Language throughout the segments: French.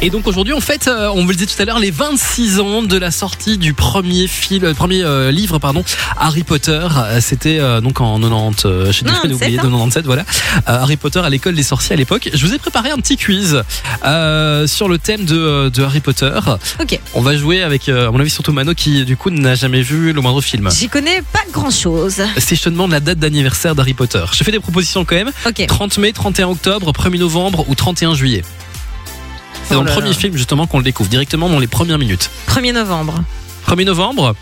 Et donc aujourd'hui, on fête, euh, on vous le disait tout à l'heure, les 26 ans de la sortie du premier film, euh, premier euh, livre, pardon, Harry Potter. Euh, C'était euh, donc en 90, euh, j'ai déjà 97, oublié, hein. 97, voilà. Euh, Harry Potter à l'école des sorciers à l'époque. Je vous ai préparé un petit quiz euh, sur le thème de, euh, de Harry Potter. Ok. On va jouer avec, euh, à mon avis, surtout Mano qui, du coup, n'a jamais vu le moindre film. J'y connais pas grand chose. Si je te demande la date d'anniversaire d'Harry Potter, je fais des propositions quand même. Ok. 30 mai, 31 octobre, 1er novembre ou 31 juillet. C'est Oh dans le là premier là. film justement qu'on le découvre directement dans les premières minutes. 1er novembre. 1er novembre.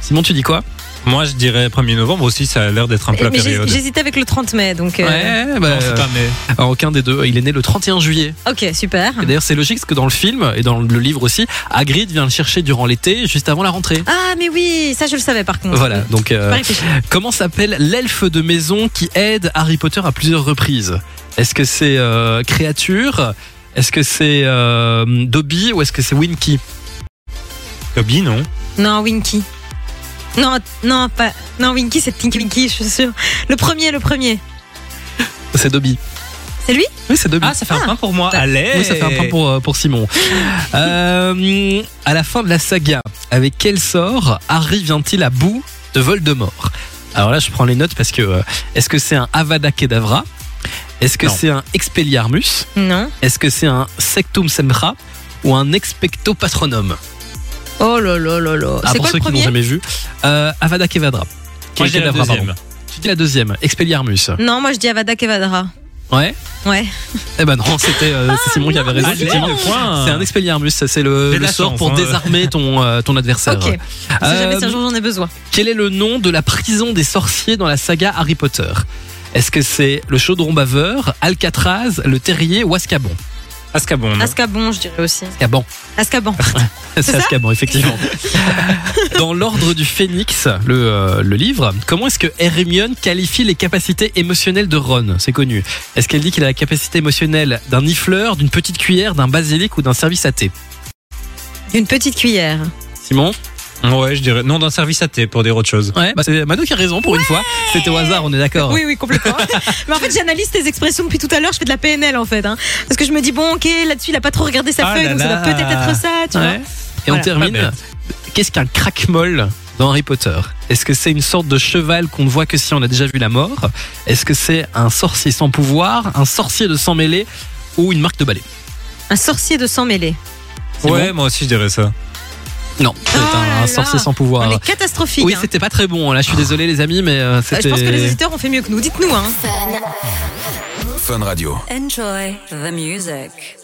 Simon, tu dis quoi Moi, je dirais 1er novembre aussi, ça a l'air d'être un peu la Mais j'hés- période. j'hésitais avec le 30 mai, donc. euh, Ouais, bah, Non, c'est pas, mais- alors, aucun des deux. Il est né le 31 juillet. Ok, super. Et d'ailleurs, c'est logique parce que dans le film et dans le livre aussi, Hagrid vient le chercher durant l'été, juste avant la rentrée. Ah, mais oui, ça je le savais par contre. Voilà. Donc, euh, Pas réfléchi. comment s'appelle l'elfe de maison qui aide Harry Potter à plusieurs reprises Est-ce que c'est euh, créature Est-ce que c'est euh, Dobby ou est-ce que c'est Winky Toby, non Non, Winky. Non, non, pas. Non, Winky, c'est Tinky Winky, je suis sûre. Le premier, le premier. C'est Dobby. C'est lui Oui, c'est Dobby. Ah, Eh. ça fait un point pour moi. Ah. Allez Oui, ça fait un point pour, euh, pour Simon. Euh, à la fin de la saga, avec quel sort Harry vient-il à bout de Voldemort Alors là, je prends les notes parce que euh, est-ce que c'est un Avada Kedavra Est-ce que Non. c'est un Expelliarmus Non. Est-ce que c'est un Sectum Sempra ou un Expecto Patronum Oh là là là là. Ah, c'est Pour quoi ceux qui le n'ont premier jamais vu, euh, Avada Kedavra. Moi, j'ai la Kedavra, pardon. deuxième. Tu dis la deuxième, Expelliarmus. Non, moi je dis Avada Kedavra. Ouais Ouais. Eh ben non, c'était euh, c'est Simon qui avait raison. Ah, Allez, effectivement. le point C'est un Expelliarmus, ça, c'est le, J'ai de le la sort chance, pour hein. désarmer ton, euh, ton adversaire. Ok. Si jamais Euh, si un jour j'en ai besoin. Quel est le nom de la prison des sorciers dans la saga Harry Potter Est-ce que c'est le chaudron baveur, Alcatraz, le terrier ou Ascabon Ascabon. non Ascabon, je dirais aussi. Ascabon, Ascaban. c'est ça Ascabon, effectivement. dans l'ordre du phénix, le, euh, le livre, comment est-ce que Hermione qualifie les capacités émotionnelles de Ron C'est connu. Est-ce qu'elle dit qu'il a la capacité émotionnelle d'un ifleur, d'une petite cuillère, d'un basilic ou d'un service à thé Une petite cuillère. Simon Ouais, je dirais. Non, d'un service à thé pour dire autre chose. Ouais, bah c'est Manu qui a raison pour une fois. C'était au hasard, on est d'accord. Oui, oui, complètement. Mais en fait, j'analyse tes expressions depuis tout à l'heure. Je fais de la PNL en fait. hein. Parce que je me dis, bon, ok, là-dessus, il a pas trop regardé sa Ah feuille, là donc ça là. doit peut-être être ça, tu Ouais. vois. Et on Voilà. Pas termine. Qu'est-ce qu'un crackmole dans Harry Potter Est-ce que c'est une sorte de cheval qu'on ne voit que si on a déjà vu la mort Est-ce que c'est un sorcier sans pouvoir, un sorcier de sang mêlé ou une marque de balai Un sorcier de sang mêlé. C'est ouais, moi aussi, je dirais ça. Non, c'est Oh un, là un là. sorcier sans On pouvoir. est catastrophique. Oui, hein. c'était pas très bon. Là, je suis désolé, les amis, mais euh, Euh, c'était. Je pense que les auditeurs ont fait mieux que nous. Dites-nous. Hein. Fun Radio. Enjoy the music.